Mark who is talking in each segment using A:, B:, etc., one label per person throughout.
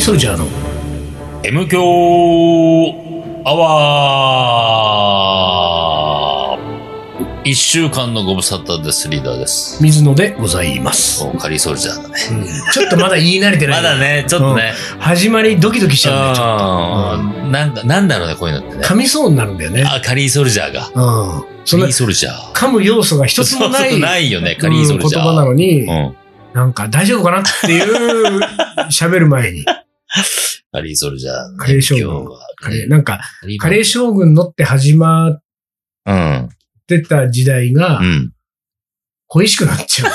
A: ソルジャーの
B: M 強アワー一週間のご無沙汰です、リーダーです。
A: 水野でございます、
B: おカリーソルジャーだね。
A: うんちょっ とまだ言い慣れてな
B: ま
A: い
B: だね、ちょっとね。
A: 始まりドキドキしちゃうんだよ
B: うんなんか、なんだろうね、こういうのってね。
A: 噛みそうになるんだよね
B: あ、カリーソルジャーが。
A: うんそ
B: カ
A: ん
B: リ
A: な
B: ーソルジャー。
A: 噛む要素が一つもな
B: そうそう
A: い
B: ないよね、カリーソルジャー。
A: うん言葉なのに、
B: うん。
A: なんか大丈夫かなっていう喋る前 に、
B: カリーソルジャー。
A: カレー将軍
B: 今日は
A: カレーなんか、
B: ね
A: カレー将軍のって始まっ
B: うん。
A: てた時代が
B: う、ん。
A: 恋しくなっちゃ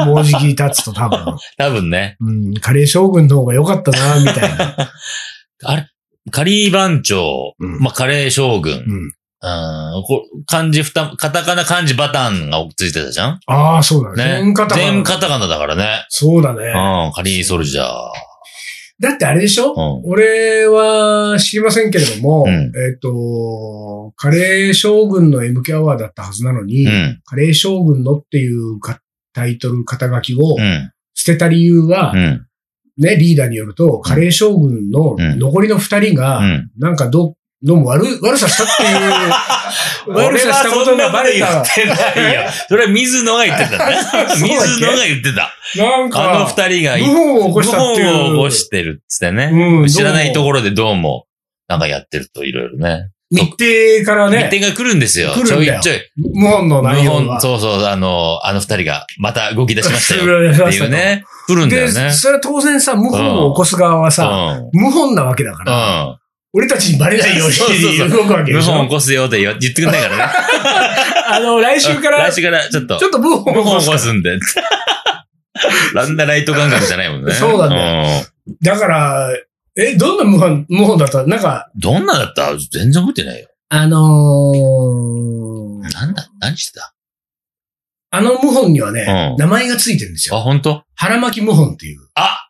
A: う な、もうじき経つと多分。
B: 多分ね。
A: うん、カレー将軍の方が良かったな、みたいな。
B: あれ、カリー番長、
A: うん
B: まあ、カレー将軍。
A: うん、
B: うん、こ漢字二、カタカナ漢字バタンがついてたじゃん
A: ああ、そうだね。
B: ね。
A: 全カタカナ
B: 全カタカナだからね。
A: そうだね。
B: うん、カリーソルジャー。
A: だってあれでしょ、
B: うん
A: 俺は知りませんけれども、
B: うん
A: えっ、と、カレー将軍の MK アワーだったはずなのに、
B: うん、
A: カレー将軍のっていうかタイトル、肩書きを
B: うん、
A: 捨てた理由は、
B: うん、
A: ね、リーダーによると、カレー将軍の残りの二人が、
B: うん。
A: なんかど、どうも悪い、悪さしたっていう、 悪さしたことがバレ
B: 俺は
A: た。
B: そんなこと言ってないよ。それは水野が言 ってたね。水野が言ってた。
A: なんか、
B: あの二人が
A: 謀反を起こしたっていう
B: 謀反を起こしてるっつってね。
A: うん
B: 知らないと
A: ろ。
B: ころでどうも、なんかやってるといろいろね。
A: 日程から
B: 日
A: ね、
B: 程が来るんですよ。
A: 来
B: ち
A: る
B: ょ
A: ん
B: い
A: だよ
B: ちょい。
A: 謀反の内
B: 日
A: 容
B: 本、
A: が。
B: そうそう、あの、あの二人がまた動き出しまし たよ。
A: よ
B: っていう。ね。来るんだよね
A: で、。それは当然さ、謀反を起こす側は
B: う
A: さ、
B: ん。
A: 謀反なわけだから、
B: う
A: 俺たちにバレないよう
B: そうそうそう
A: に動くわけ
B: ん。
A: で
B: 謀
A: し
B: 反起
A: ょ。
B: こすよって言ってくんないからね。
A: あの、 来週から、
B: 来
A: ち
B: 週からちょっと
A: ょ、っと謀反
B: 謀
A: を起こ
B: 反起
A: す
B: こ
A: か
B: すんで。あんな ライト感覚じゃないもんね。
A: そうなん
B: だよ。
A: ら。だから、え、どんな謀反、謀反だったなんか、
B: どんなだった全然覚えてないよ。
A: あのー
B: なんだ何してた
A: あの謀反にはね
B: う、ん
A: 名前がついてるんです
B: あ、
A: よ。
B: 本当？
A: 腹巻き謀反って いう。
B: あ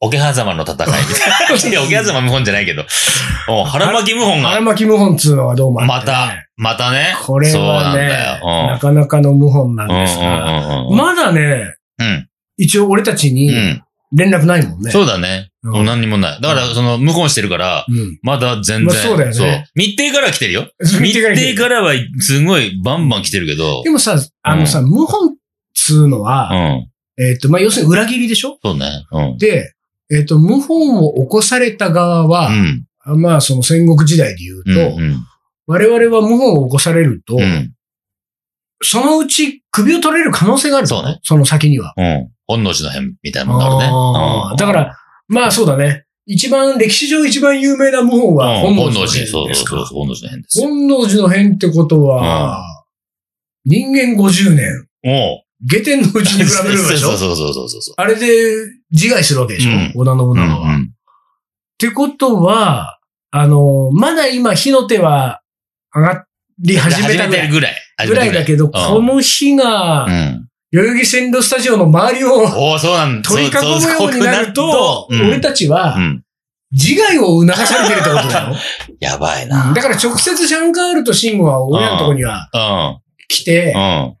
B: 桶狭間の 戦いみたいな。いや、桶狭間無本じゃないけど。お腹巻き無本
A: 腹
B: が、
A: 巻き謀反っつうのはどうもあって
B: ま
A: ね
B: た、またね。
A: これ
B: そうな
A: は
B: ん
A: ね
B: だ、
A: な
B: よ。
A: かなかの謀反なん
B: うん。うん
A: ですが、
B: うんうんうん。
A: まだね、
B: うん。
A: 一応俺たち
B: う
A: に
B: ん。
A: 連絡ないもんね。
B: そうだ
A: う
B: ね。
A: ん
B: もう何にもない。だから、その、無本してるから、
A: うん。
B: まだ全然。
A: まあそうだよね
B: 密定から来てるよ。
A: 見
B: 密
A: てから
B: 定からはすごいバンバン来てるけど
A: で。もさ、あのさ、謀反っつうの
B: う
A: は、
B: ん。
A: えっと、まあ、要するに裏切りでしょ
B: そうね。うん。
A: で、えっと、謀反を起こされた側は
B: う、ん。
A: まあ、その戦国時代で言う
B: うん。
A: と、我々は謀反を起こされると、
B: うんうん。
A: そのうち首を取れる可能性がある。
B: そうね。
A: その先には。
B: うん。本能寺の変みたいなもんだろうね
A: あー
B: うん。
A: だから、まあそうだね。一番、歴史上一番有名な謀反は
B: うん
A: 本能
B: 本能
A: 寺の
B: 寺。そ
A: 変
B: う
A: です
B: そうそう
A: か。
B: そう。本能寺の変ですよ。
A: 本能寺の変ってことは、人間50年、
B: おう。
A: 下天のうちに比べるでしょ
B: そうそうそうそうそうそう。
A: あれで自害するわけでしょ、
B: うん
A: 織田信長は。っ
B: ん。
A: てことは、あの、まだ今火の手は上がり始めたぐらい
B: ぐらい。
A: ぐらいだけど、この火が、
B: うん。
A: 代々木線路スタジオの周りを
B: おお、そうなんだ。
A: 取り囲むようになると、
B: そうそう
A: 俺たちは
B: う、ん。
A: 自害を促されてるってことだ よ。
B: やばいな。
A: だから直接シャンカールとシンゴは親のとこには
B: うん。
A: 来て、
B: うん。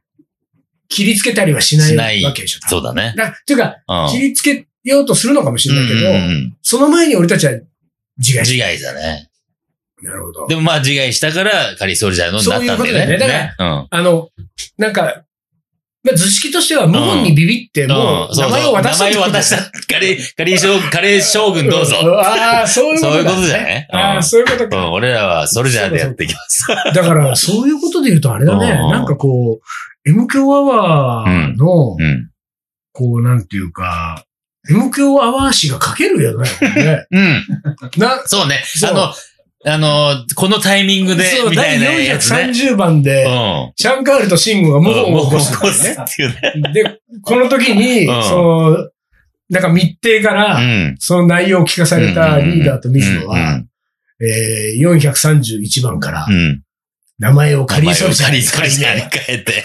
A: 切りつけたりはし
B: し
A: な
B: ない
A: いわけでしょ。
B: そうだね。
A: だっていうか、
B: うん。
A: 切りつけようとするのかもしれないけど、
B: うんうんうん
A: その前に俺たちは自害し
B: 自害だね。
A: なるほど
B: でもまあ自害したから、カリソルジャーのになったん
A: そういうことだよ
B: だよ
A: ね
B: ね。
A: だ
B: うん。
A: あの、なんか、まあ、図式としては、無本にビビって、も
B: うん
A: う、名前を渡したって
B: 名
A: こ
B: 前
A: とだ
B: を渡した。カレー、カレー将軍、カレー将軍どうぞ。
A: んああ、そういうこと
B: そういう
A: だ
B: ことじゃないうん
A: ああ、そういうこと
B: う
A: か。
B: ん、俺らはソルジャーでやっていきます。
A: だから、そういうことで言うとあれだね。
B: うん
A: なんかこう、M 強アワーの、
B: うん。
A: こう、なんていうか、M 強アワー誌が書けるよね。これ ね
B: うん。
A: な、
B: そうね。
A: そう
B: あの、あの、このタイミングで
A: そ、う
B: みた
A: 第
B: いなやつね。
A: 430番で、
B: うん。
A: シャンカールとシンゴが無
B: うん
A: 本を
B: も
A: 起
B: う
A: こ
B: 起こす
A: す、ね。
B: っていうね。
A: で、この時に、
B: うん
A: その、なんか密偵から、
B: うん。
A: その内容を聞かされたリーダーと水野
B: うんうんう
A: は、
B: ん
A: えー、431番から
B: うん。
A: 名前を仮想
B: カ
A: 者
B: リ
A: に
B: ソルジャーに変えて。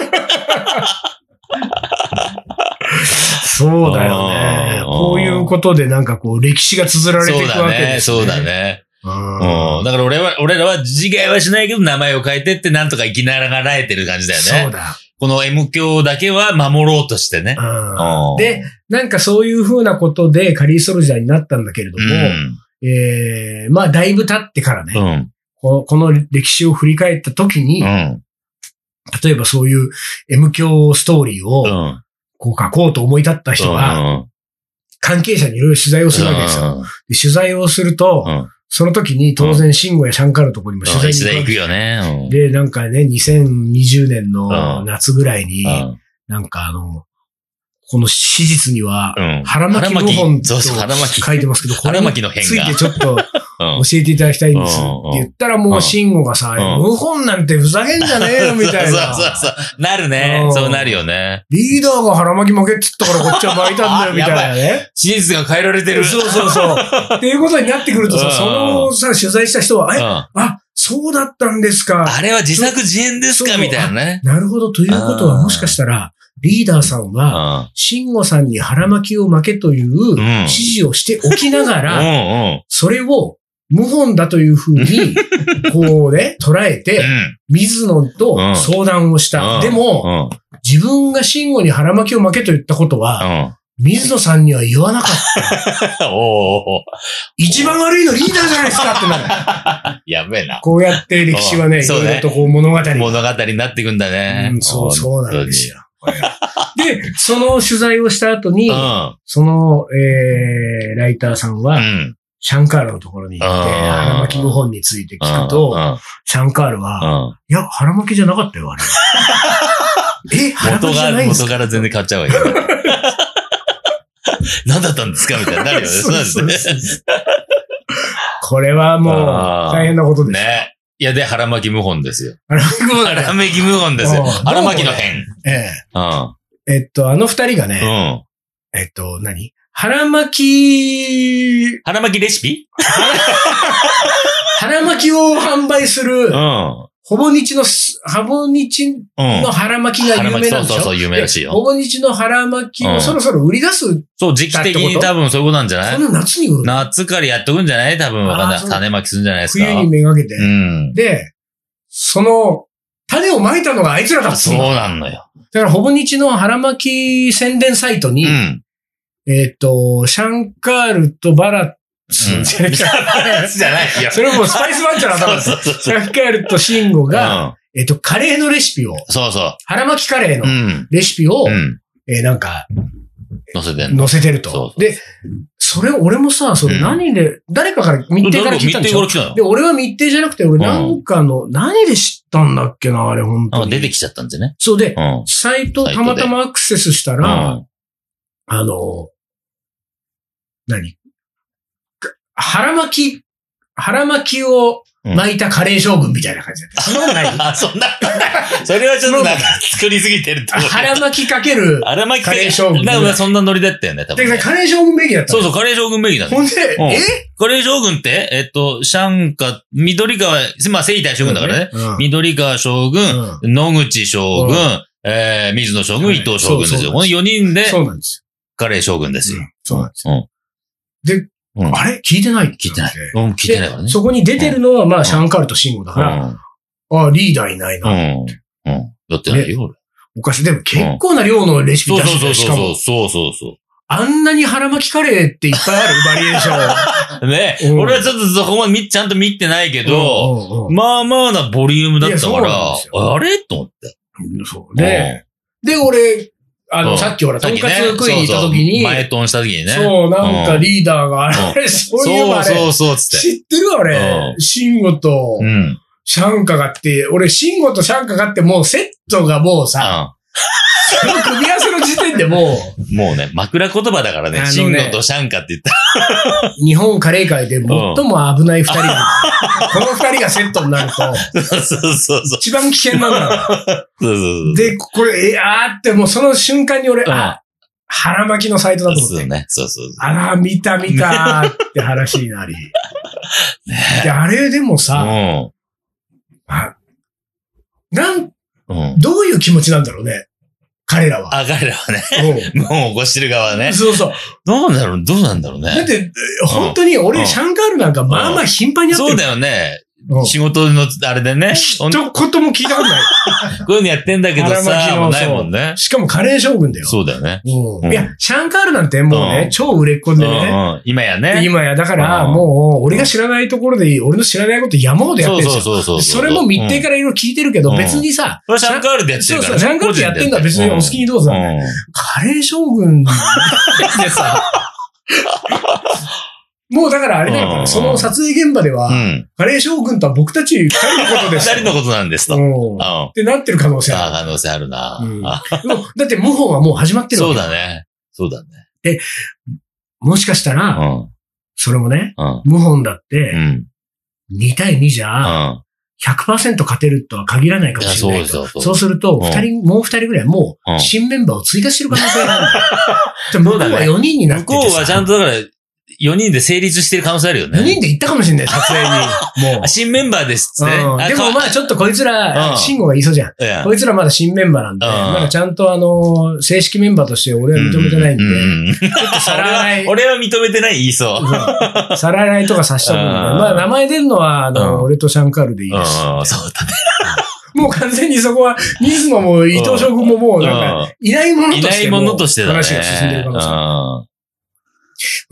A: そうだよね。
B: うん
A: こういうことでなんかこう歴史が綴られて
B: そ
A: いうくわ
B: だ
A: けで
B: ね。
A: す、
B: そうだ。ね。
A: うん
B: うん。だから俺は、俺らは自害はしないけど名前を変えてってなんとか生きながらえてる感じだよね。
A: そうだ。
B: この M 教だけは守ろうとしてね。
A: うん
B: うん
A: で、なんかそういう風なことでカリーソルジャーになったんだけれども、えーまあだいぶ経ってからね、
B: うん。うん。
A: この、この歴史を振り返った時に、
B: うん。
A: 例えばそういう M 教ストーリー
B: う
A: を
B: ん。
A: こう書こうと思い立った人が、
B: うん
A: 関係者にいろいろ取材をするわけですよ。で取材をすると、
B: うん
A: その時に当然、シンゴやシャンカルのところにも取材
B: 取
A: に行く
B: 材
A: わけ
B: 行くよね。うん
A: で、なんかね、2020年
B: う
A: の
B: ん
A: 夏ぐらいに、
B: うん
A: なんかあの、この史実には
B: う、ん。
A: 腹巻き5本と
B: そうそう、腹巻き。
A: 書いてますけど、これ
B: 腹
A: に
B: 巻きの変
A: つい
B: が
A: て。ちょっと教
B: うん
A: えていただきたいんです。って
B: うんうん
A: 言ったらもう、慎吾がさ、
B: うん
A: 無本なんてふざけんじゃねえ よ、みたいな。
B: そうそうそう。なるね
A: う。ん
B: そうなるよね。
A: リーダーが腹巻き負けっつったからこっちは巻いたんだよ、みたいなね。
B: 史実が変えられてる。
A: そうそうそう。っていうことになってくると
B: う
A: さ、
B: ん
A: そのさ、取材した人は、
B: うん
A: え、あ、そうだったんですか。
B: あれは自作自演です
A: そ
B: か
A: う
B: みたいなね。
A: なるほど。ということ
B: う
A: は、
B: ん
A: もしかしたら、リーダーさん
B: う
A: は、
B: ん。
A: 慎吾さんに腹巻きを負けという
B: うん
A: 指示をしておきなが
B: う
A: ら、
B: んうん。
A: それを、無本だというふう に、こうね、捉え
B: う
A: て、
B: ん。
A: 水野と相談をし
B: う
A: た。
B: ん
A: でも、
B: うん。
A: 自分が慎吾に腹巻きを負けと言ったことは、
B: うん。
A: 水野さんには言わなか った。
B: おーおーお
A: 一番悪いのリーダーじゃないですかって なる。
B: ーやべえな。
A: こうやって歴史は
B: う
A: ね、
B: ん
A: い
B: そう
A: ろ
B: ね
A: いろとこう物語が
B: 物語になっていくんだね
A: う。んそう、そうなんですよ。これで、その取材をした後
B: う
A: に、
B: ん。
A: その、えー、ライターさん
B: う
A: は、
B: ん。
A: シャンカールのところに行って、
B: うん
A: 腹巻きの本について聞く
B: う
A: と、
B: ん
A: シャンカールは、
B: うん
A: いや、腹巻きじゃなかったよ、あ れ。え、腹巻き
B: 元
A: じゃ
B: が
A: ないんです
B: 元
A: か
B: から全然変わっちゃうわけね。 何だったんですかみたいに なるよね。そうなんですね。
A: これはもう、
B: あー
A: 大変なことです。
B: ね。いや、で、腹巻き無本ですよ。
A: 腹巻きもだね
B: 腹巻き無本ですよ。
A: うん
B: 腹巻きの変。
A: え
B: うん。
A: ええっと、あの二人が
B: う
A: ね、
B: ん。
A: えっと、何腹巻き、
B: 腹巻きレシピ
A: 腹巻きを販売する
B: う、ん。
A: ほぼ日のす、ほぼ日
B: うん
A: の。腹巻きが
B: 腹
A: 有
B: 巻
A: 名
B: き、
A: なん
B: そう
A: でし
B: そ
A: ょ
B: うそう、有名らしい
A: ほ
B: よ。
A: ぼ日の腹巻き
B: う
A: を
B: ん
A: そろそろ売り出す、
B: そう、時期的に多分そういうことなんじゃな
A: こ
B: い
A: の夏に売る。
B: 夏からやっとくんじゃない多分わかん
A: あー
B: ない。
A: そう
B: 種まきするんじゃないですか。
A: 冬にめがけて。
B: うん。
A: で、その、種をまいたのがあいつらだった
B: そうなんのよ。
A: だから、ほぼ日の腹巻き宣伝サイト
B: う
A: に、
B: ん。
A: えっ、と、シャンカールとバラス、
B: うん
A: じゃねえか
B: じゃ ない よ。
A: それもうスパイスバンチャーの頭
B: そう
A: です。
B: そうそ
A: シ
B: うそう。
A: ャンカールとシンゴ
B: う
A: が、
B: ん。
A: えっ、と、カレーのレシピを、
B: そうそ
A: 腹巻きカレーの
B: う。うん。
A: レシピを、
B: うん。
A: えーなんか、
B: 乗せてんの。
A: 載せてると。
B: そうそう
A: で、それ俺もさ、それ何で、誰かから密
B: ど
A: 定
B: う
A: から
B: どう
A: 聞い
B: 密
A: たんで
B: 定
A: しょ
B: 頃来たの
A: で、俺は密定じゃなくて、俺なんかの、何で知ったんだっけな、あれ、本
B: な
A: 当
B: んか
A: に。
B: 出てきちゃったんですよね。
A: そうで、
B: うん。
A: サイト
B: サイ
A: た
B: トで
A: またまアクセスしたら、
B: うん
A: あの、何か腹巻き、腹巻きを巻いたカレー将軍みたいな感じだった。そんなことない
B: あ、 そんな、それはちょっ となんか作りすぎてると
A: あ
B: 思 う。
A: 腹巻きかける、
B: あれ巻き
A: カレー将軍
B: なんかそんなノリだったよね、多分
A: で
B: ね。
A: カレー将軍名義だった
B: そ
A: の
B: うそう、カレー将軍名義なんだ
A: ほんで、
B: うん
A: え
B: カレー将軍って、えっと、シャンカ、緑川、まあ、征夷大将軍だからね。
A: うん
B: 緑川将軍、野口将軍、えー、水野将軍、
A: はい
B: 伊藤将軍です
A: そうそ
B: よ。
A: う
B: この4人で、
A: そうなんです
B: カレー将軍です
A: よ。う
B: よ。
A: んそうなんですよ。
B: うん。
A: あれ聞いてない
B: 聞いてない。うん、聞いてないから
A: で
B: ね。
A: そこに出てるのは、ま
B: う
A: あ、
B: ん
A: シャンカールとシンゴだから、あリーダーいない
B: うん。う
A: な。
B: ん。うん。だってないよ、俺。
A: おかしい。でも結構な量のレシピ
B: そう
A: 出してた
B: そうそう
A: よしか
B: そう。
A: も、
B: そうそうそう。
A: あんなに腹巻きカレーっていっぱいあるバリエーション。
B: ね、
A: うん
B: 俺はちょっとそこまでみちゃんと見てないけど、
A: うんうんうん
B: まあまあなボリュームだったか
A: いやそうなんです
B: ら、
A: よ
B: あれと思って。
A: そうね。で、俺、あ
B: う
A: の、
B: ん
A: さっきほら、と
B: さ
A: ん
B: っき
A: か
B: ね
A: つ食いに行った時に、
B: そうそう前トンした時にね。
A: そう、なんか
B: うん
A: リーダーが、あれ、そういえばあ
B: そ
A: れ、
B: うそうそうつって。
A: 知ってるあれ、
B: う
A: シンゴと
B: うん。
A: シャンカがって、俺、シンゴとシャンカがってもうセットがもうさ、
B: あ
A: その組み合わせの時点でも
B: もうね、枕言葉だから
A: あの
B: ね、
A: ね
B: シンゴとシャンカって言った
A: う、日本カレー界で最も危ない二人だ。この二人がセットになると、
B: ら。そうそうそうそう。
A: 一番危険なんだから。
B: そうそうそう。
A: で、これ、え、あーって、もうその瞬間に俺、
B: うん
A: あ、腹巻きのサイトだと思
B: そ
A: っ
B: う
A: て。
B: ね。そうそうそう。
A: あら、見た見たーって話にな り。で、あれでもさ、あなん、
B: うん。うん。
A: どういう気持ちなんだろうね。彼らは。
B: あ、彼らはね、
A: う
B: もう起こしてる側
A: ん
B: ね。
A: そうそう。
B: どうなんだろう、どうなんだろう
A: だっ
B: ね。
A: て、え本当に
B: うん
A: 俺、シャンカールなんか、まあまあ頻繁にやって
B: そう
A: る。
B: だよね。
A: うん
B: 仕事の、あれでね。ほんこ
A: 一言も聞いたことな
B: ういうのやってんだけど
A: 腹巻き
B: さ、
A: の
B: もうないもんね
A: い。。しかもカレー将軍だよ。
B: そうだよね。
A: う
B: うんん
A: いや、シャンカールなんてもうね、
B: うん
A: 超売れっ子
B: うん
A: で
B: う
A: ね。
B: ん。今やね。
A: 今や、だから、
B: うん
A: もう、俺が知らないところで、俺の知らないこと山ほどやっ
B: そ
A: て
B: う
A: るん
B: そ
A: で
B: う
A: す
B: そうそう。
A: よ。それも密偵からいろいろ聞いてるけど、
B: うん
A: 別にさ、
B: これシャンカールでやって
A: そ
B: る
A: う
B: から
A: そう、シャ
B: ね。
A: ンカールでやってんだ、別にお好きにどうぞ。
B: うん
A: カレー将 軍でさ、もうだからあれだよ、
B: うん
A: その撮影現場では、
B: うん。
A: カレー将軍とは僕たち二人のことで
B: 二
A: す。
B: 人のことなんですと。
A: う
B: うん。
A: ん。っ
B: あ
A: てなってる可能性あ
B: あ、可能性あるな
A: うん。
B: あ
A: る。でもだって、謀反はもう始まってるわ
B: そう
A: け
B: だね。そうだね。
A: もしかした
B: う
A: ら、
B: ん。
A: それもね、
B: うん。
A: 謀反だっ
B: う
A: て、
B: ん。
A: 2対2じ
B: う
A: ゃ、
B: ん。
A: 100%勝てるとは限らないか
B: い
A: も
B: や、
A: し
B: そ
A: れな
B: う
A: いと。
B: そうそう。
A: そうすると、
B: うん
A: 二人、もう二人ぐらいも
B: う
A: う、
B: ん
A: 新メンバーを追加してる可能性が あるんだ。
B: そうだね
A: 向こうは4人になっ
B: 向
A: てて
B: こ
A: さ。
B: うはちゃんとだから、4人で成立してる可能性あるよ
A: 4
B: ね。
A: 人で行ったかもしれない、撮 影に。もう
B: あ。新メンバーですっつってね。
A: うんでもまあちょっとこいつら、
B: うん
A: 慎吾が言いそうじゃん。
B: あ、か
A: こいつらまだ新メンバーなんで、
B: うん
A: まだちゃんとあの、正式メンバーとして俺は認めてないんで、
B: ううんうん、
A: ちょっとさらない
B: 俺は認めてない言いそう。うん
A: うんさらないとかさしたもんで、
B: うん
A: まあ名前出るのは、あの、
B: うん
A: 俺とシャンカールでいいです。
B: そうだね。
A: もう完全にそこは、水野も伊藤将軍ももうなんか、
B: う
A: いないもの
B: んい
A: と
B: な
A: し
B: い
A: て
B: も
A: も
B: のとしてだね。
A: 話が進んでる可能性
B: う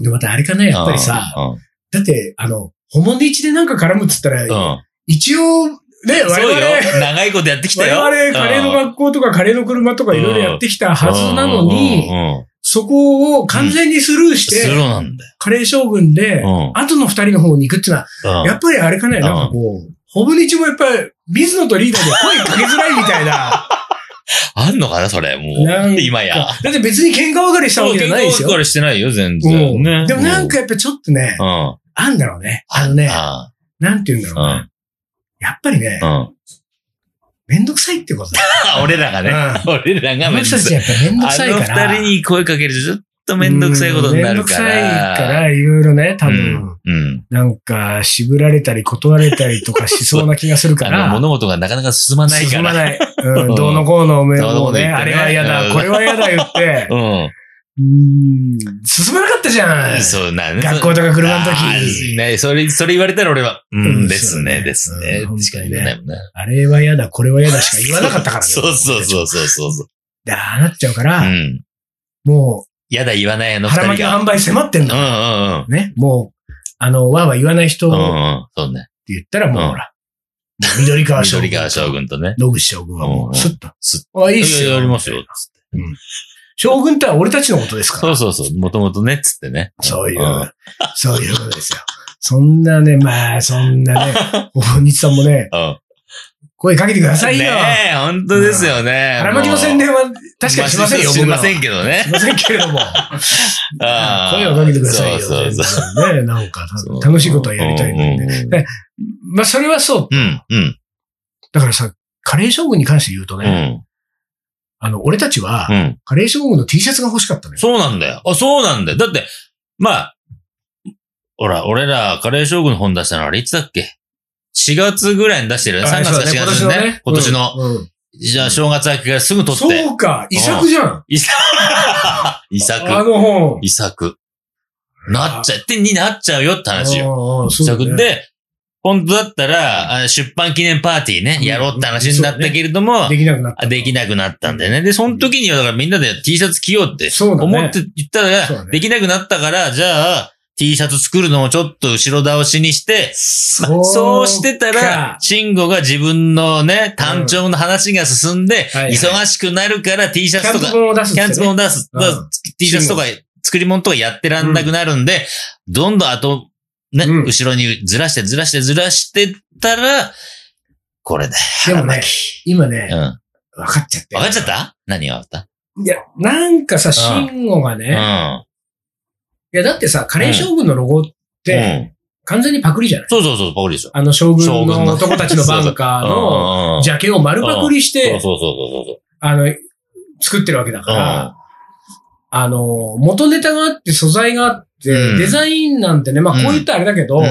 A: で、またあれかな、
B: ん
A: やっぱりさ、、だって、あの、ホモニチでなんか絡むっつった
B: うん。う
A: ら、
B: ん
A: 一応、ね、我
B: そうよ
A: 々、。
B: 長いことやってきたよ。
A: 我々、カレーの
B: うん
A: 学校とかカレーの車とかいろいろやってきたはずなのに、
B: うんうんうんうん
A: そこを完全にスルーし
B: そう
A: て、
B: なんだよ。
A: カレー将軍で
B: う、ん
A: 後の二人の方に行くってのは、
B: うん
A: やっぱりあれかね、
B: うん
A: なんかこう、ほぼ日もやっぱり、水野とリーダーで声かけづらいみたい な。
B: あんのかなそれ、も
A: なん
B: う。
A: か
B: 今や。
A: だって別に喧嘩別れしたわけじゃないですよ。
B: これしてないよ、全
A: う
B: 然。
A: ん
B: ね。
A: でもなんかやっぱちょっとね
B: う、ん、うん。
A: あんだろうね。あのね、
B: あ
A: なんて言うんだ
B: う
A: ろうね
B: ん。。
A: やっぱりね
B: う、ん。
A: めんどくさいってことだ。
B: あ俺らがね。俺ら がめんど
A: 私
B: く
A: たち
B: さい。
A: やっぱめんどく
B: あ
A: さい
B: の
A: から。
B: 二人に声かけるとちょっとめんどくさいことになるから。
A: うんめんどくさいから、いろいろね、多
B: う
A: 分。
B: ん。うん。
A: なんか、渋られたり断れたりとかしそうな気がするか
B: あ
A: ら。
B: の、物事がなかなか進まないか
A: 進ま
B: ら。
A: ない。 うん、どうのこうのおめ
B: どうの
A: も
B: こ
A: う
B: うの
A: ね、
B: 言って
A: あれ
B: ね
A: は嫌だ、
B: うん
A: これは嫌だ言 って、うーん、進まなかったじゃ
B: うんん。。そうなん
A: 学校とか車の時。
B: ね、それ、それ言われたら俺は、う
A: うん
B: ん、ですね、ですね。
A: うん
B: しか言えないもんね。
A: あれは嫌だ、これは嫌だしか言わなかったからね。
B: そうそうそうそうそうそう。
A: で、ああなっちゃうか
B: う
A: ら、
B: ん。
A: も
B: やだ言わないあ
A: う、
B: の二
A: 腹巻
B: 人
A: き
B: が。
A: 販売迫ってん
B: う
A: だ。
B: んうんうん。
A: ね、もう、あの、わーわー言わない人っ
B: うん
A: て
B: うん。そうね。
A: 言ったらもう
B: うん
A: ほら、もう緑川将軍。
B: 緑川将。軍とね。
A: 野口将軍はも
B: う
A: う、
B: ん
A: スッと。
B: す
A: あ、いい
B: い
A: っ
B: や
A: す
B: いや、
A: よ。
B: やりますよ。。つって
A: 将軍とは俺たちのことですから。
B: そうそうそう。もともとね、つってね。
A: そういう、
B: ん
A: そういうことですよ。そんなね、まあ、そんな ね、大西さんもね、
B: うん。
A: 声かけてくださいよ。
B: ねえ、本当ですよね。
A: 腹巻きの宣伝は確かにしませんよ、
B: しませ
A: ん。
B: んけどね
A: し。ませんけれども。
B: あー
A: 声をかけてくださいよ。
B: そうそう
A: ね、なんか、楽しいことはやりたいのにね。
B: ね。
A: まあ、それはそう。
B: うん、うん、
A: だからさ、カレー将軍に関して言うと
B: う
A: ね、
B: ん、
A: あの、俺たちは
B: う、ん。
A: カレー将軍の T シャツが欲しかったのよ。
B: そうなんだよ。あ、そうなんだよ。だって、まあ、ほら、俺ら、カレー将軍の本出したのあれいつだっけ ?4 月ぐらいに出してるよね。3月か4月にね。今年の。。じゃあ、正月明けからすぐ撮って。
A: そうか、遺作じゃん。
B: 遺作。遺作。
A: あの本。
B: 遺作。なっちゃって、になっちゃうよって話よ。
A: よ
B: 遺作で、本当だったら、あ出版記念パーティーね
A: う、ん
B: やろうって話になったけれども、
A: できなくなった。
B: あできなくなったんだよね。で、その時には、だからみんなで T シャツ着ようって
A: そうだね
B: 思って言った
A: そう
B: ら、
A: だね
B: できなくなったから、じゃあ、T シャツ作るのをちょっと後ろ倒しにして、
A: そう
B: そうしてた、
A: から
B: 慎吾が自分のね、単調の話が進んで、
A: うんはいはい
B: 忙しくなるから T シャ
A: キャ
B: ツと
A: ンプ
B: か、
A: 本を出す
B: キャンツ
A: 本
B: 本を出す、
A: うん
B: だ T シャツとか作り物とかやってらんなくなるんで、どんどん後、ね、
A: うん
B: 後ろにずらしてずらしてずらしてったら、これだ
A: で
B: よ。
A: もね、今ね
B: うん。、わ
A: 分かっちゃって。
B: かっちゃった何が分かっ
A: いや、なんかさ、慎吾がね、
B: た
A: いや、だってさ、カレー将軍のロゴっ
B: うん。
A: て、
B: うん。
A: 完全にパクリじゃない
B: そうそうそう、パクリでしょ。
A: あの将軍
B: 将軍
A: の
B: の
A: 男たちのバンカーの、
B: うんうん
A: ジャケを丸パクリし
B: そう
A: て、
B: そうそうそう
A: あの、作ってるわけだ
B: そう。
A: か
B: うん。
A: ら、あの、元ネタがあって、素材があって、
B: うん
A: デザインなんてね、まあこう言ったらあれだけど、
B: うん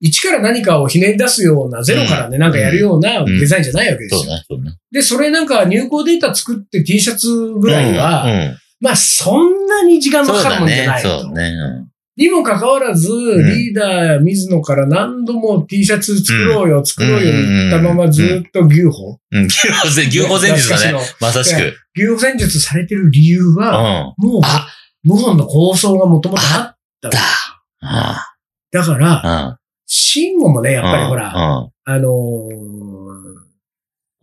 A: 一から何かをひねり出すような、ゼロからね、なんかやるようなデザインじゃないわけですよ
B: そう。ね、そうね。
A: で、それなんか入稿データ作って T シャツぐ
B: ぐ
A: らいは、
B: うん。
A: まあそんなに時間の
B: そ
A: か
B: う
A: かる
B: だ
A: もんじゃ
B: ね
A: な、いと。
B: そうね。うん
A: にもかかわらず、
B: ん
A: リーダー水野から何度も T シャツ作ろうよ、作ろうよ、
B: うん
A: 言ったままずっと牛歩。
B: うん、 牛歩戦、牛歩戦術だね。
A: ね。
B: まさしく。
A: いうや牛歩戦術されてる理由
B: ん。
A: は、
B: あ
A: もう
B: あ、
A: 謀反の構想がもともとあっ
B: だ。あ
A: たから、
B: あ、
A: 慎吾もね、
B: う
A: や
B: ん。
A: っぱりほら、
B: うん。
A: あのー、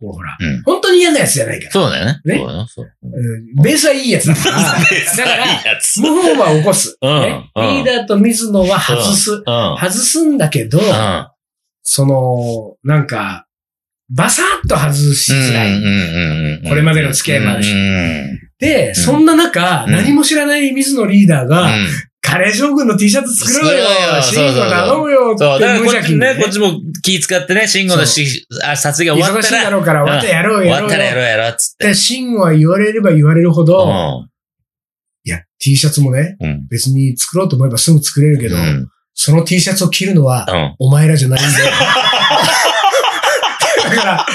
A: こうほら
B: うん、
A: 本当に嫌なやつじゃないから。
B: そうだよね。
A: ね
B: そうだよね。そう。
A: うんベースはいいやつだから、だから、
B: いいやつ。
A: 謀反は起こす。
B: うん
A: ね
B: うん
A: リーダーと水野は外す。
B: うん。うん。
A: 外すんだけど、その、なんか、バサッと外しづらい。
B: うんうん。
A: これまでの付き合いもあるし
B: うん
A: で、そんな中、
B: うん
A: 何も知らない水野リーダーが、
B: うん
A: カレー将軍の T シャツ作ろうよ
B: 作ろうよ
A: シーンを頼むよって
B: そう、だから
A: 無
B: こっ
A: 邪気
B: ち
A: に
B: ね、
A: ね
B: こっちも気使ってね、慎吾のし、あ、撮影が終わ
A: 忙
B: っ
A: しい
B: た
A: だ
B: ら、
A: ろうから、またやろう
B: 終
A: や
B: わ
A: ろ
B: っ
A: う
B: たらや
A: よ。
B: ろうやろう、つって。
A: で、シンは言われれば言われるほど、
B: う
A: いや、T シャツもね、
B: ん。うん。
A: 別に作ろうと思えばすぐ作れるけど、
B: うん。うん。
A: その T シャツを着るのは、お前らじゃないん だよ。だから、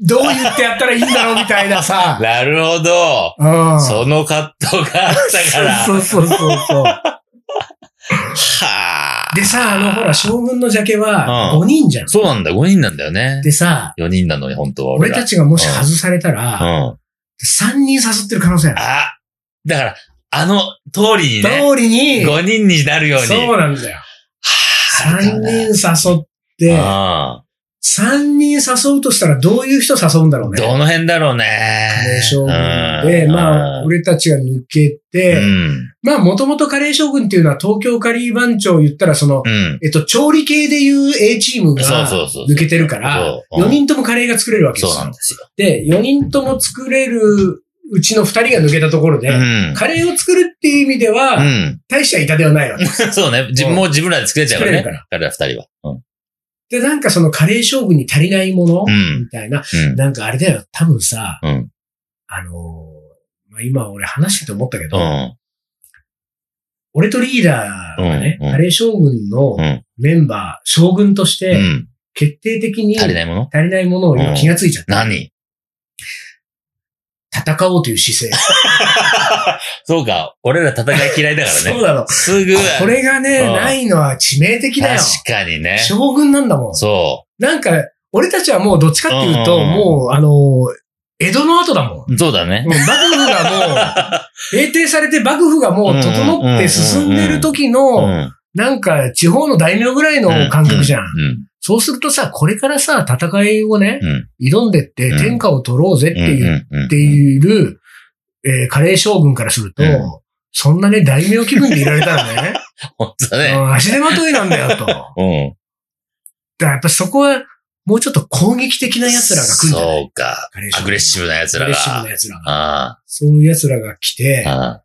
A: どう言ってやったらいいんだろうみたいなさ。
B: なるほど。
A: うん。
B: その葛藤があったから。
A: そうそうそうそう。
B: はあ。
A: でさ、あの、ほら、将軍のジャケは
B: うん
A: 5人じゃん。
B: そうなんだ、5人なんだよね。
A: でさ、
B: 4人なのに、本当は俺
A: 俺
B: ら。
A: たちがもし外された
B: う
A: ら、
B: ん。
A: 3人誘ってる可能性ある。
B: あ、だから、あの通りにね、
A: 通りに、
B: 5人になるように。
A: そうなんだよ。
B: はあ。
A: 3人誘っ
B: う
A: て、
B: ん
A: 3人誘うとしたらどういう人誘うんだろうね。
B: どの辺だろうね。
A: カレー将軍
B: う
A: で、
B: ん
A: まあ、俺たちが抜け
B: う
A: て、
B: ん。
A: まあ、もともとカレー将軍っていうのは東京カリー番長を言ったら、その、
B: うん。
A: えっと、調理系でいう A チームが
B: そうそうそう
A: 抜けてるから、
B: そううん
A: 4人ともカレーが作れるわけで
B: そう
A: す
B: なん
A: よ。
B: ですよ。
A: で、4人とも作れるうちの2人が抜けたところ
B: う
A: で、
B: ん。
A: カレーを作るっていう意味で
B: う
A: は、
B: ん。
A: 大した痛手はないわけです。
B: そうね。自分もう自分らで作れちゃうからね
A: 作れるか。
B: 彼ら二人は。うん。
A: で、なんかそのカレー将軍に足りないもの
B: うん
A: みたいな、
B: うん。
A: なんかあれだよ、多分さ、
B: うん。
A: あのーまあ、今俺話してて思ったけ
B: う
A: ど、
B: ん。
A: 俺とリーダーがね、
B: うんうん
A: カレー将軍の
B: うん
A: メンバー、将軍とし
B: う
A: て、
B: ん。
A: 決定的に
B: 足りな
A: 足
B: いもの
A: りないものを今気がついちゃった。
B: 何
A: 戦おうという姿勢。
B: そうか。俺ら戦い嫌いだから
A: そう
B: ね。
A: だろ。
B: すぐ。
A: これがね、
B: うん
A: ないのは致命的だよ
B: 確。かにね。
A: 将軍なんだもん。
B: そ
A: なんか、俺たちはもうどっちかっていうと、
B: うんうんうん
A: もう、あの、江戸の後だもん。
B: う。そうだね
A: も。う幕府がもう、平定されて幕府がもう整って進んでる時
B: う
A: の、
B: ん。
A: なんか地方の大名ぐらいの感覚じゃん。
B: うん。
A: そうするとさ、これからさ、戦いをね、
B: うん。
A: 挑んでって
B: うん
A: 天下を取ろうぜって
B: うん。
A: 言っ
B: うん。うん
A: ている、えー、カレー将軍からすると、
B: うん
A: そんなね、大名気分でいられたら ね、
B: 本当だ
A: う
B: ね。
A: ん足手まといなんだ よと。だか
B: うん。
A: らやっぱそこは、もうちょっと攻撃的な奴らが来るんじゃない
B: そうか
A: 彼。氏
B: アグレッシブな奴ら
A: アグレッシブ
B: が
A: な。奴らが。
B: あ
A: そういう奴らが来て、
B: あ。あ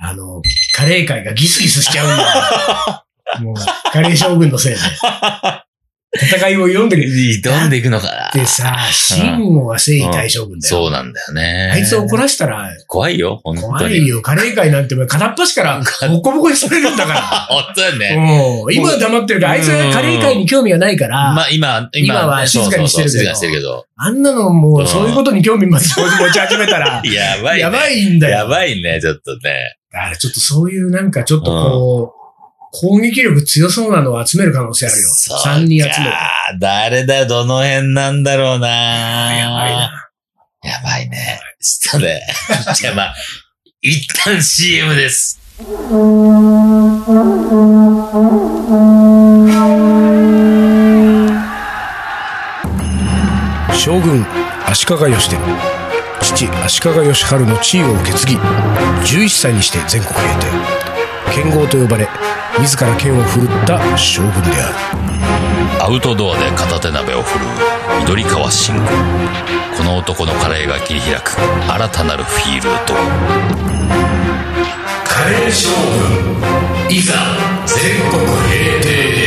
A: あの、カレー界がギスギスしちゃうんだよ。もう、カレー将軍のせいで。
B: あ。
A: 戦いを挑んでくれ
B: 挑んでいくのかな。
A: てさ、秦王は征夷大将軍だよ。
B: そうなんだよね。
A: あいつを怒らしたら、
B: 怖いよ、本当に。
A: 怖い。よ。カレー界なんてお前片っ端からボコボコにされるんだか
B: 本当だよ
A: ら。
B: ね。
A: うん今は黙ってるけど、あいつはカレー界に興味がないから、
B: まあ今、
A: 今は静かにしてるけど
B: そうそうそう静かにしてるけど。
A: あんなのも
B: う
A: う、
B: ん、
A: そういうことに興味まず持ち始めたら
B: やばいね。
A: やばいんだよ。
B: やばいね、ちょっとね。
A: だからちょっとそういうなんかちょっとこう、攻撃力強そうなのを集める可能性あるよ。
B: そうか
A: 3人集める。
B: 誰だよ、どの辺なんだろうな
A: やばいな。
B: やばいね。ちょっとね。 じゃあまあ、一旦 CM です。
C: 将軍足利義で父足利義晴の地位を受け継ぎ11歳にして全国平定剣豪と呼ばれ自ら剣を振るった将軍である
B: アウトドアで片手鍋を振るう緑川信吾この男のカレーが切り開く新たなるフィールドカレー将軍いざ全国平定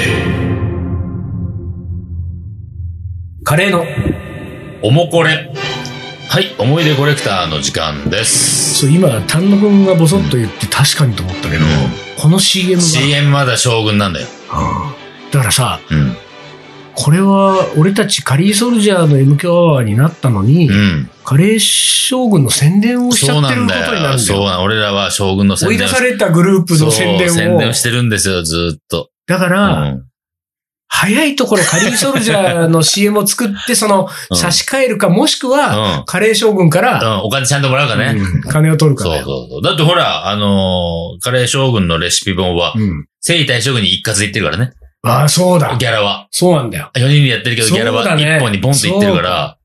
A: カレーの。
B: おもこれはい思い出コレクターの時間です
A: そう、今、丹野くんがボソッと言って確かにと思ったけど、
B: うん
A: この CM が、
B: CM まだ将軍なんだよ
A: だからさ、
B: うん
A: これは俺たちカリーソルジャーの MQ アワーになったのに、
B: うん。
A: カレー将軍の宣伝をしち
B: そ
A: ゃ
B: う
A: って
B: な
A: る
B: ん
A: ことにな
B: だ
A: る
B: よ。
A: んだ
B: そう
A: よ。
B: なん俺らは将軍の宣
A: 追い
B: 伝
A: 出
B: を
A: されたグループ
B: そ
A: の
B: う
A: 宣伝を。
B: 宣伝をしてるんですよ、ずーっと。
A: だか
B: う
A: ら、
B: ん。
A: 早いところカリーソルジャー の CM を作って、その
B: うん
A: 差し替えるか、もしく
B: う
A: は、
B: ん。
A: カレー将軍から、
B: うんお金ちゃんともらうかね。
A: うん金を取るか
B: そう
A: ら。
B: そうそう。だってほら、あのーカレー将軍のレシピ本は、
A: うん。
B: 征夷大将軍に一括でいってるからね。
A: ああ、そうだ。
B: ギャラは。
A: そうなんだよ。
B: 4人でやってるけど、
A: そう
B: ギ
A: だ
B: ャ
A: ね
B: ラは1本にボンといってるから。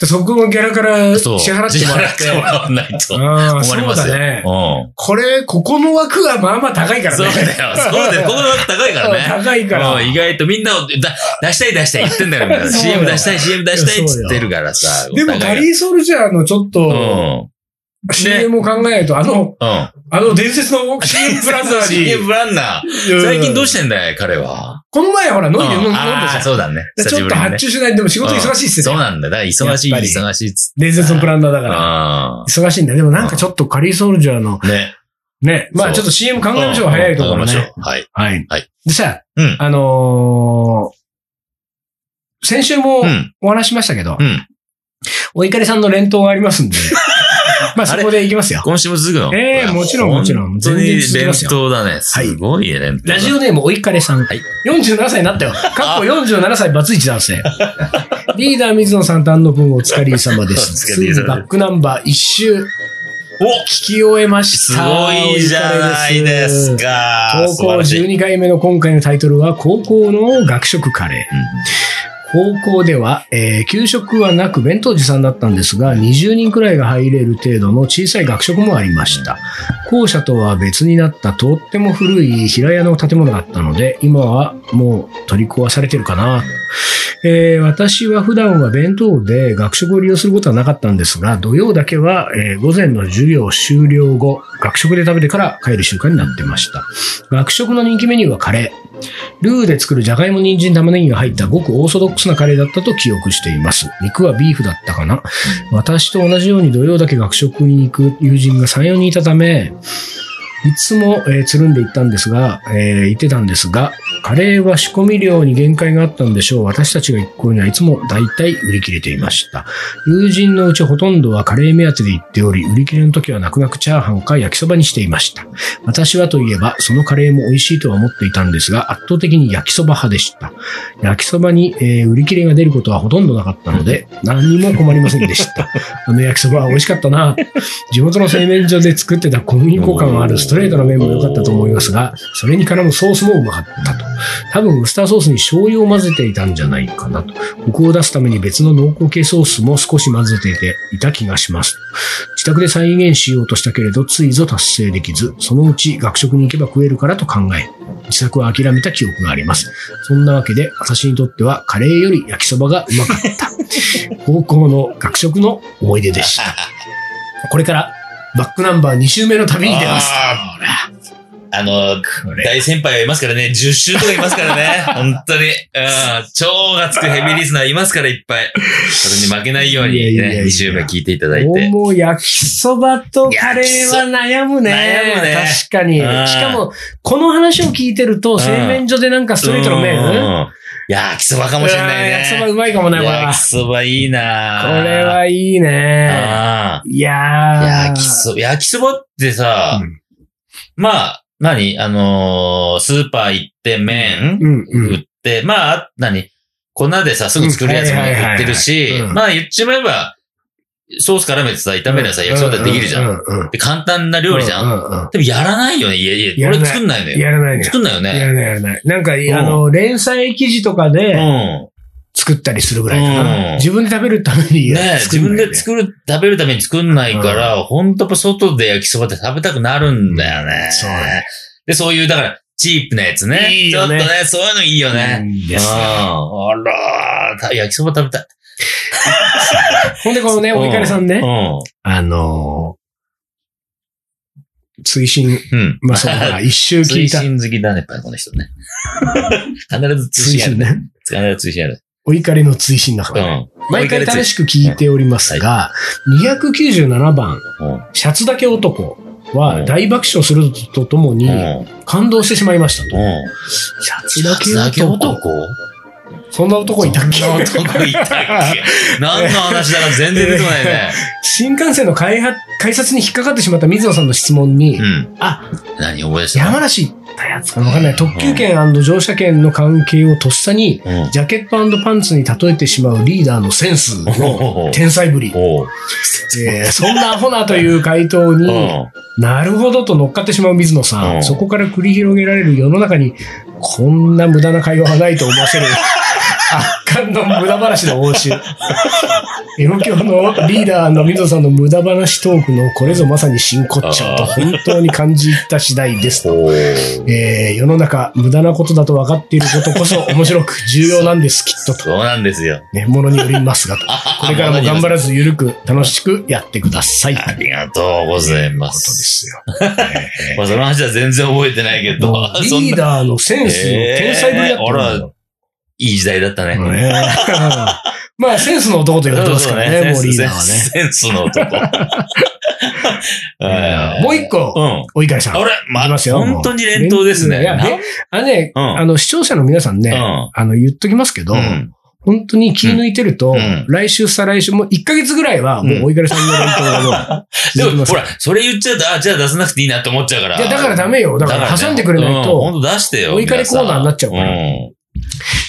A: でそこのギャラから
B: うん。
A: 支
B: そう。
A: 払ってもらっ
B: 支払って
A: て。
B: もらわないと。
A: ああ、そ
B: 困り
A: う
B: ますよ。
A: だね。
B: うん。
A: これ、ここの枠はまあまあ高いから
B: そう
A: ね。
B: だよ。そうだよ。ここの枠高いからね。
A: 高いから。
B: うん意外とみんなをだ出したい出したい言ってんだよ、みたいな。
A: そうだよ
B: CM 出したい、CM 出したいっつってるからさ。
A: でも、
B: お
A: カ
B: 互い
A: リーソルジャーのちょっと、
B: が
A: CM を考えると、あの、
B: うん。
A: あの伝説 の CM ブラザ
B: うん。
A: ー
B: CM
A: に。
B: ブランナー。最近どうしててんだい、彼は。
A: この前ほら、飲んで飲んで飲んでた
B: ああー、
A: じゃん
B: そうだね。
A: で。ちょっと
B: に
A: 発注しないと、でも仕事忙しいっす
B: そう
A: よね。
B: なんだ。だから忙しい、
A: やっぱり
B: 忙しいっつっ
A: 伝説のブランダーだ
B: て。
A: から。
B: あ
A: 忙しいんだよ。でもなんかちょっとカリーソルジャーの、
B: あ。ね。
A: ね。まあちょっと CM 考えましょう。早いところ
B: 考えまし
A: ね。
B: ょうはい。
A: はい。
B: はい
A: でさ、
B: うん
A: あのー先週も
B: うん。
A: お話ししましたけど
B: う、ん。
A: お怒りさんの連投がありますん で、まあそこでいきますよ。
B: 今週も続くの
A: ええもちろんもちろん
B: 本当に
A: 全然続き
B: 連
A: ますよ
B: 投だね。すごいね、連投だ。
A: ラジオネームおいかれさん。47歳にな ったよ。かっこ47歳バツイチ男性。リーダー水野さんと安野君お疲れ様です。
B: お
A: つ
B: 疲れ様です
A: いにバックナンバー一周聞き終えまし
B: す
A: た。
B: ごいじゃないですか。
A: 高
B: 素
A: 校
B: 晴らしい。
A: 12回目の今回のタイトルは高校の学食カレー。高校では、えー給食はなく弁当持参だったんですが、20人くらいが入れる程度の小さい学食もありました。校舎とは別になったとっても古い平屋の建物だったので、今はもう取り壊されてるかな。えー私は普段は弁当で学食を利用することはなかったんですが、土曜だけは、えー午前の授業終了後、学食で食べてから帰る習慣になってました。学食の人気メニューはカレー。ルーで作るじゃがいも、人参、玉ねぎが入ったごくオーソドックスなカレーだったと記憶しています。肉はビーフだったかな。私と同じように土曜だけ学食に行く友人が3、4人いたため、いつも、えーつるんで行ったんですが、えー行ってたんですが、カレーは仕込み量に限界があったんでしょう。私たちが行く頃にはいつも大体売り切れていました。友人のうちほとんどはカレー目当てで行っており、売り切れの時は泣く泣くチャーハンか焼きそばにしていました。私はといえば、そのカレーも美味しいとは思っていたんですが、圧倒的に焼きそば派でした。焼きそばに、えー売り切れが出ることはほとんどなかったので、何にも困りませんでした。あの焼きそばは美味しかったな。地元の製麺所で作ってた小麦粉感があるストレートな麺も良かったと思いますが、それに絡むソースもうまかったと。多分ウスターソースに醤油を混ぜていたんじゃないかなと。コクを出すために別の濃厚系ソースも少し混ぜていた気がします。自宅で再現しようとしたけれど、ついぞ達成できず、そのうち学食に行けば食えるからと考え、自作は諦めた記憶があります。そんなわけで、私にとってはカレーより焼きそばがうまか った。高校の学食の思い出でした。これから、バックナンバー2周目の旅に出ます。
B: あーあの、
A: これ
B: 大先輩はいますからね。10周とかいますか らね。本当に。うん。超がつくヘビーリスナーいますから、いっぱい。それに負けないように、
A: いやいやいやいや
B: ね、2周目聞いていただいて。
A: もう焼きそばとカレーは悩むね。
B: 焼きそば悩むね
A: 確かに。
B: うん
A: しかも、この話を聞いてる
B: ん
A: と、製麺所でなんかストレートの麺。
B: うん。いや、焼きそばかもしれな
A: うわ
B: いね。
A: ー焼きそばうまいかもね、これは
B: 焼き。そばいいな
A: これ
B: い
A: はいいね。いやー。
B: 焼きそば、焼きそばってさ、
A: うん
B: まあ、何あのースーパー行って麺
A: うんう
B: 売
A: ん。
B: って、まあ、何こんなでさ、すぐ作るやつ
A: う
B: も
A: んはいはいはい
B: 売ってるし
A: う、ん
B: まあ言っちまえば、ソース絡めてさ、炒めりゃさ、焼きそばだってできるじゃ。
A: うんうううん。
B: で簡単な料理じゃ。
A: うんんうん
B: でもやらないよね、家家。
A: やらない
B: 俺作んないの
A: や
B: よ。
A: らないね。
B: 作んないよ
A: やら
B: ね。
A: ないやらない。なんか、
B: ん
A: あの、連載記事とか
B: う
A: で
B: ん。
A: 作ったりするぐらいか
B: うん
A: な。自分で食べるために
B: ね
A: 作
B: 自
A: ん
B: 分
A: ないね
B: で作る、食べるために作んないから、ほんとやっぱ外で焼きそばって食べたくなるんだよね。
A: そうね
B: で、そういう、だから、チープなやつね。
A: いいよね
B: ちょっとね、そういうのいいよね。
A: いいん
B: うん
A: ですよ
B: あらーた焼きそば食べたい。
A: ほんで、このね、おいかれさんね
B: う。ん
A: あのー、追伸、
B: うん。
A: まあ、そう だ、一周聞
B: 追
A: いた。
B: 伸好きだね、やっぱりこの 人ね。必ず通
A: 追
B: 信やる
A: 伸
B: ね。
A: ね。
B: 必ず通信やる。
A: お怒りの追伸だか
B: う
A: らね。
B: ん。
A: 毎回楽しく聞いておりますが、297番、
B: うん。
A: シャツだけ男
B: う
A: は
B: ん
A: 大爆笑するとともに
B: うん。
A: 感動してしまいましたと。
B: うん。
A: シャ
B: 夏だけ男
A: そんな男いたっけ
B: そんな男いたっけ何の話だか全然出てこな いね。
A: 新幹線の開発改札に引っかかってしまった水野さんの質問に、
B: うん。
A: あ、
B: 何覚えてた
A: 山梨行ったやつかなわかんない。特急券乗車券の関係をとっさに、
B: うん。
A: ジャケットパンツに例えてしまうリーダーのセンスの天才ぶり。
B: おう。
A: えーそんなアホなという回答
B: う
A: に、
B: ん。
A: なるほどと乗っかってしまう水野さ。
B: うんん
A: そこから繰り広げられる世の中に、こんな無駄な会話はないと思わせ る。圧巻の無駄話の応酬。エロ教のリーダーの水野さんの無駄話トークのこれぞまさに真骨頂と本当に感じた次第です。
B: おう。
A: えー世の中無駄なことだと分かっていることこそ面白く重要なんです、きっとと。
B: そうなんですよ。
A: ね、ものによりますがと。これからも頑張らずゆるく楽しくやってください。
B: ありがとうございま。
A: ということですすよ。
B: まあ、その話は全然覚えてないけど、 そん
A: リー
B: な、
A: ダーのセンスの天才ぶりだったんだよ
B: いい時代だったね。
A: ね まあ、センスの男と言われてますからね、もうリーダーはね
B: センス の男。は
A: えー。
B: い
A: もう一
B: う
A: 個、
B: ん。
A: おいかりさん。
B: 俺、ま
A: いますよ
B: 本当に連投です
A: い
B: ね。
A: やであのね、
B: うん
A: あの、視聴者の皆さん
B: う
A: ね、
B: ん。
A: あの、言っときますけど
B: う、ん。
A: 本当に気抜いてると
B: うん、
A: 来週、再来週、もう1ヶ月ぐらいは、もうおいかりさんの連投が もう
B: で
A: 続き
B: も、
A: ます
B: ほら、それ言っちゃうと、あ、じゃあ出さなくていいなって思っちゃうから。
A: いや、だからダメよ。だから挟んでくれないと、
B: 本当出してよ。
A: お怒りコーナーになっちゃうから
B: うん。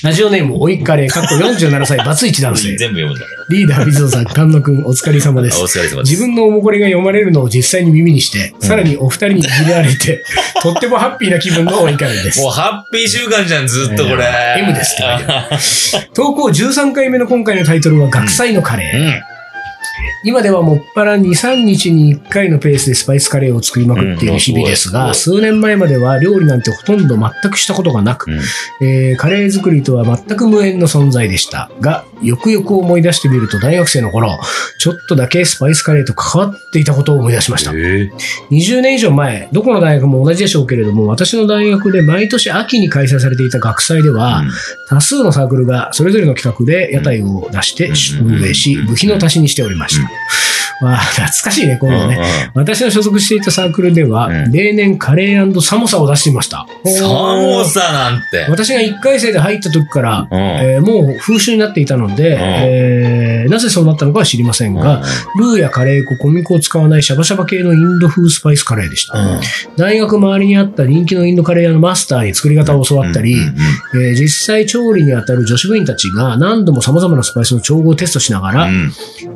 A: ラジオネーム、おいかれ、過去47歳、バツイチ男性
B: 全。部読むんだ。
A: リーダー、水野さん、菅野くん、お疲れ様
B: お
A: です。
B: 疲れ様です。
A: 自分のおもこれが読まれるのを実際に耳にして、
B: ん
A: さらにお二人にいじられ て、とってもハッピーな気分のお怒りです
B: もう。ハッピー週間じゃん、ずっとこれ。
A: えー M ですけ投稿13回目の今回のタイトルは、学祭のカレー。
B: う
A: 今ではもっぱら2、3日に1回のペースでスパイスカレーを作りまくっている日々ですが、
B: うんす
A: 数年前までは料理なんてほとんど全くしたことがなく、
B: ん。
A: えーカレー作りとは全く無縁の存在でしたが、よくよく思い出してみると大学生の頃、ちょっとだけスパイスカレーと関わっていたことを思い出しました。
B: え
A: 20年以上前、どこの大学も同じでしょうけれども、私の大学で毎年秋に開催されていた学祭では、多数のサークルがそれぞれの企画で屋台を出して
B: うん
A: 運営し、
B: うん
A: 部費の足しにしておりました。わあ、懐かしいね、こういうのね。私の所属していたサークルでは、
B: うん
A: 例年カレーサモサを出していました。
B: サモサなんて。
A: 私が1回生で入った時から、
B: うん
A: えーもう風習になっていたので、
B: ん
A: えーなぜそうなったのかは知りませんが、ルーやカレー粉、小麦粉を使わないシャバシャバ系のインド風スパイスカレーでした。大学周りにあった人気のインドカレー屋のマスターに作り方を教わったり、
B: うんうん
A: えー実際調理に当たる女子部員たちが何度も様々なスパイスの調合をテストしながら、
B: うん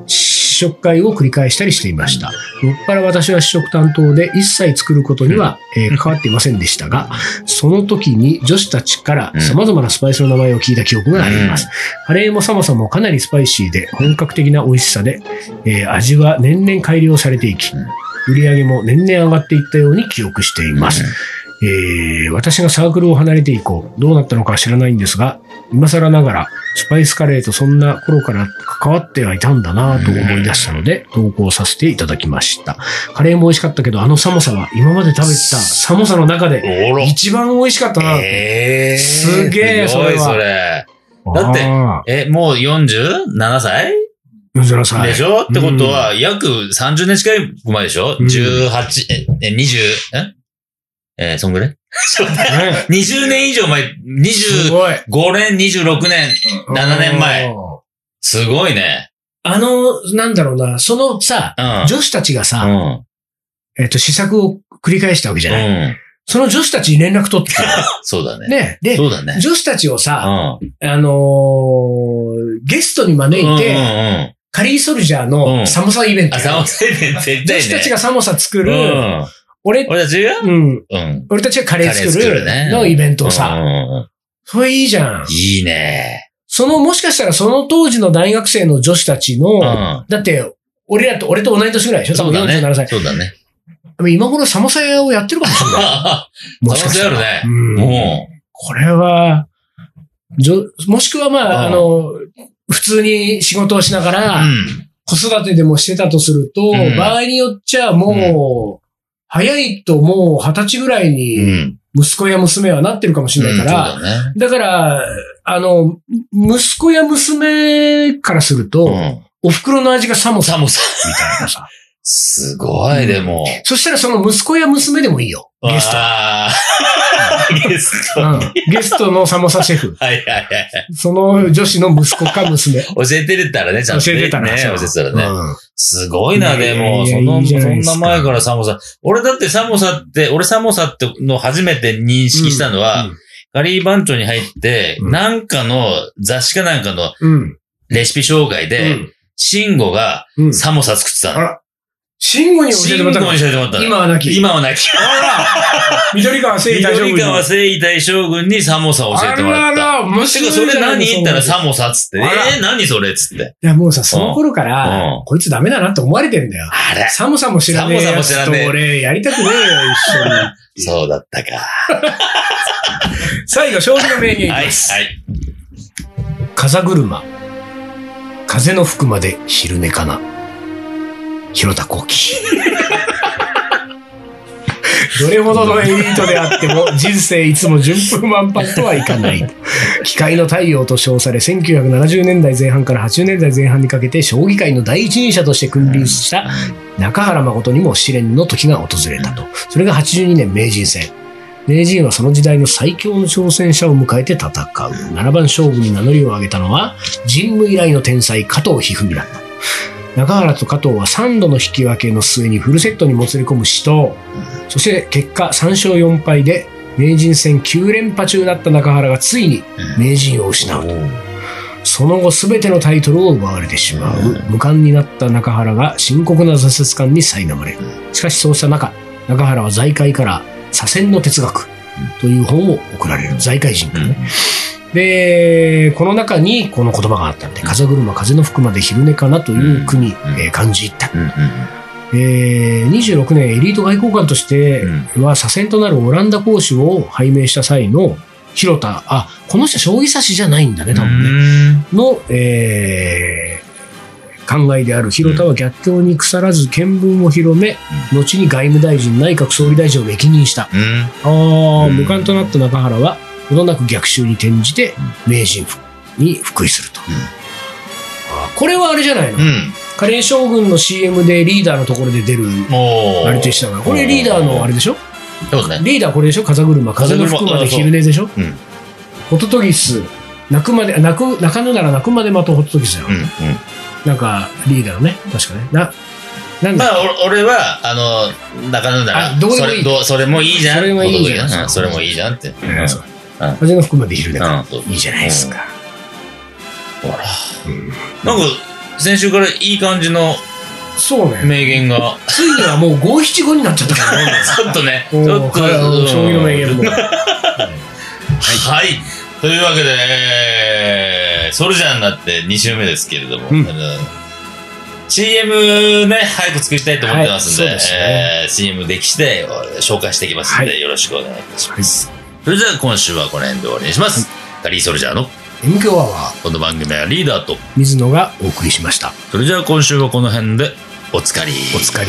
A: 試食会を繰り返したりしていました。もっぱら私は試食担当で一切作ることには、えー関わっていませんでしたが、その時に女子たちから
B: うん
A: 様々なスパイスの名前を聞いた記憶があります。カレーもサモサもかなりスパイシーで本格的な美味しさで、えー味は年々改良されていき
B: うん、
A: 売り上げも年々上がっていったように記憶しています。えー私がサークルを離れて以降、どうなったのかは知らないんですが、今更ながら、スパイスカレーとそんな頃から関わってはいたんだなぁと思い出したので、投稿させていただきました。カレーも美味しかったけど、あの寒さは今まで食べてた寒さの中で
B: おろ。
A: 一番美味しかったなぁ
B: えー
A: すげえ
B: すごい
A: そ
B: それ。だってえ、もう47歳
A: うずらさん
B: で。しょってことは、約30年近い前でしょ
A: うん
B: ?18、え、え20、ええー、そんぐらい
A: ね
B: ?20 年以上前、
A: す
B: 25
A: ごい。
B: 年、26年、7年前。
A: うん。
B: すごいね。
A: あの、なんだろうな、そのさ、
B: うん。
A: 女子たちが
B: う
A: さ、
B: ん。
A: えっと、試作を繰り返したわけじゃない。
B: うん。
A: その女子たちに連絡取 って、
B: そうだね。
A: ね、で、
B: そうだね。
A: 女子たちをさ、
B: う
A: あのーゲストに招
B: ん。
A: いて、
B: うんうんうん
A: カリーソルジャー
B: う
A: の
B: ん
A: サモサイベント
B: あ、
A: や
B: サ
A: る。
B: モサイベン絶対ね。
A: 女子たちがサモサ作
B: う
A: る、
B: ん。
A: 俺、
B: 俺たちが
A: うん、
B: うん。
A: 俺たちがカレー作
B: カレー作
A: る
B: るね
A: のイベントをさ、
B: うんうんうん
A: それいいじゃん。
B: いいね。
A: その、もしかしたらその当時の大学生の女子たちの、
B: うん。
A: だって、俺らと、俺と同い年ぐらいでしょ多
B: そう
A: 分
B: だ
A: 47歳
B: ね。。そうだね。
A: でも今頃サモサ屋をやってるかもし れない。
B: あ
A: もしかしたら。
B: サモサやる
A: うん
B: あ、も
A: これは、じょもしくはまあ、あ
B: うん
A: の、普通に仕事をしなが
B: う。
A: ら、
B: うん。
A: 子育てでもしてたとすると、
B: うん
A: 場合によっちゃもう、早いともう二十歳ぐらいに
B: ん。
A: 息子や娘はなってるかもしれないから、
B: うんそうだね。
A: だから、あの、息子や娘からすると、
B: うん。
A: お袋の味がサモサ
B: サモサ。
A: みたいな さ。
B: すごい、でも。
A: そしたらその息子や娘でもいいよ。ゲスト。
B: あゲスト。
A: う
B: は
A: ん。ゲストのサモサシェ フ。
B: いはいはいはい。
A: その女子の息子か娘。
B: 教えてれたらね、ちゃんと、ね。
A: 教えてたら
B: ね。
A: そう
B: 教えてたらね。
A: うん
B: すごいな、
A: ねえ
B: でも、そ
A: い
B: の、
A: いじゃ
B: そ
A: ない
B: ん
A: ですか
B: な前からサモさん。俺だってサモさって、俺サモさっての初めて認識したのは、ガリー番長に入って、
A: うん
B: なんかの雑誌かなんかの
A: うん。
B: レシピ紹介
A: う
B: で、
A: ん。
B: シンゴが
A: うん。
B: サモサ作ってた
A: あ
B: の。
A: ら、慎吾に教
B: シ
A: え
B: ン
A: て
B: ゴ
A: もら
B: に教
A: っ
B: えてもらった
A: た。
B: の。
A: 今はなき。
B: 今はなき。
A: 緑川聖
B: 緑
A: 太将軍。
B: 川誠意大将軍にサモサを教えてもらった。
A: あらら、面
B: て
A: 白い
B: か、
A: じ
B: そ
A: ゃない。
B: れ何言ったら
A: その
B: サモサっつって。え
A: あら
B: ー、何それっつって。
A: いや、もうさ、その頃から、
B: うん
A: こいつダメだなって思われてんだよ。
B: あら、
A: 寒さも知らねえやつ
B: 寒さ
A: と
B: も知らねえ
A: 俺、やりたくねえよ、一緒に。
B: そうだったか。
A: 最後、将棋の名言いき
B: はい、は
A: ま
B: い
A: す。。風車。風の吹くまで昼寝かな。広田幸喜。どれほどのエリートであっても人生いつも順風満帆とはいかない。機械の太陽と称され1970年代前半から80年代前半にかけて将棋界の第一人者として君臨した中原誠にも試練の時が訪れたと。それが82年名人戦。名人はその時代の最強の挑戦者を迎えて戦う。七番勝負に名乗りを上げたのは、神武以来の天才、加藤一二三だった。中原と加藤は3度の引き分けの末にフルセットにもつれ込む死闘。そして結果3勝4敗で、名人戦9連覇中だった中原がついに名人を失うと。その後全てのタイトルを奪われてしまう。無冠になった中原が深刻な挫折感に苛まれる。しかしそうした中、中原は財界から左遷の哲学という本を送られる。財界人からね。で、この中にこの言葉があったんで、風車、風の吹くまで昼寝かなという国、えー漢字一体。
B: うんうん
A: えー26年エリート外交官としては左遷となるオランダ公使を拝命した際の広田、あ、この人将棋指しじゃないんだね、多分ね。の、えー考えである広田は逆境に腐らず見聞を広め、後に外務大臣、内閣総理大臣を歴任した。
B: うんうん
A: あー
B: うん
A: 無冠となった中原は、ほどなく逆襲に転じて、名人に復位すると。
B: うん
A: あーこれはあれじゃないの、
B: うん。
A: カレー将軍の CM でリーダーのところで出る、
B: もう。
A: あれでしたから、これリーダーのあれでしょ
B: そうですね。
A: リーダーこれでしょ風車、風の吹くまで昼寝でしょ
B: うん
A: ホトトギス、泣くまで、泣く、泣かぬなら泣くまで待とうホトトギスだよ
B: う。んうん。
A: なんか、リーダーのね、確かね。な、なん
B: ま
A: だ、
B: あ、お俺は、あの、中野なら、
A: あどうでもいい
B: それどうそれもいいじゃん。
A: それもいいじゃん
B: うんそれもいいじゃんって。うん
A: うん
B: う
A: 風の含まで昼寝か。
B: ん
A: いいじゃないです。か。
B: うんほら。なんか、先週からいい感じの
A: そうね。
B: 名言が、
A: ついにはもう五七五になっちゃったから ね
B: ちょっとね、ち
A: もう
B: ょっと、
A: から
B: うん
A: 将棋の名言も。
B: はい。というわけで、えーソルジャーになって2週目ですけれども、
A: うん
B: あの CM ね、早く作りたいと思ってますんで、
A: はいそうですね
B: えー CM できして紹介していきますんで、
A: は
B: よろしくお願いいたします。それじゃあ今週はこの辺で終わりにします。ガリーソルジャーの
A: M 強アワー、
B: この番組はリーダーと、
A: 水野がお送りしました。
B: それじゃあ今週はこの辺でおつかり。
A: お疲れ。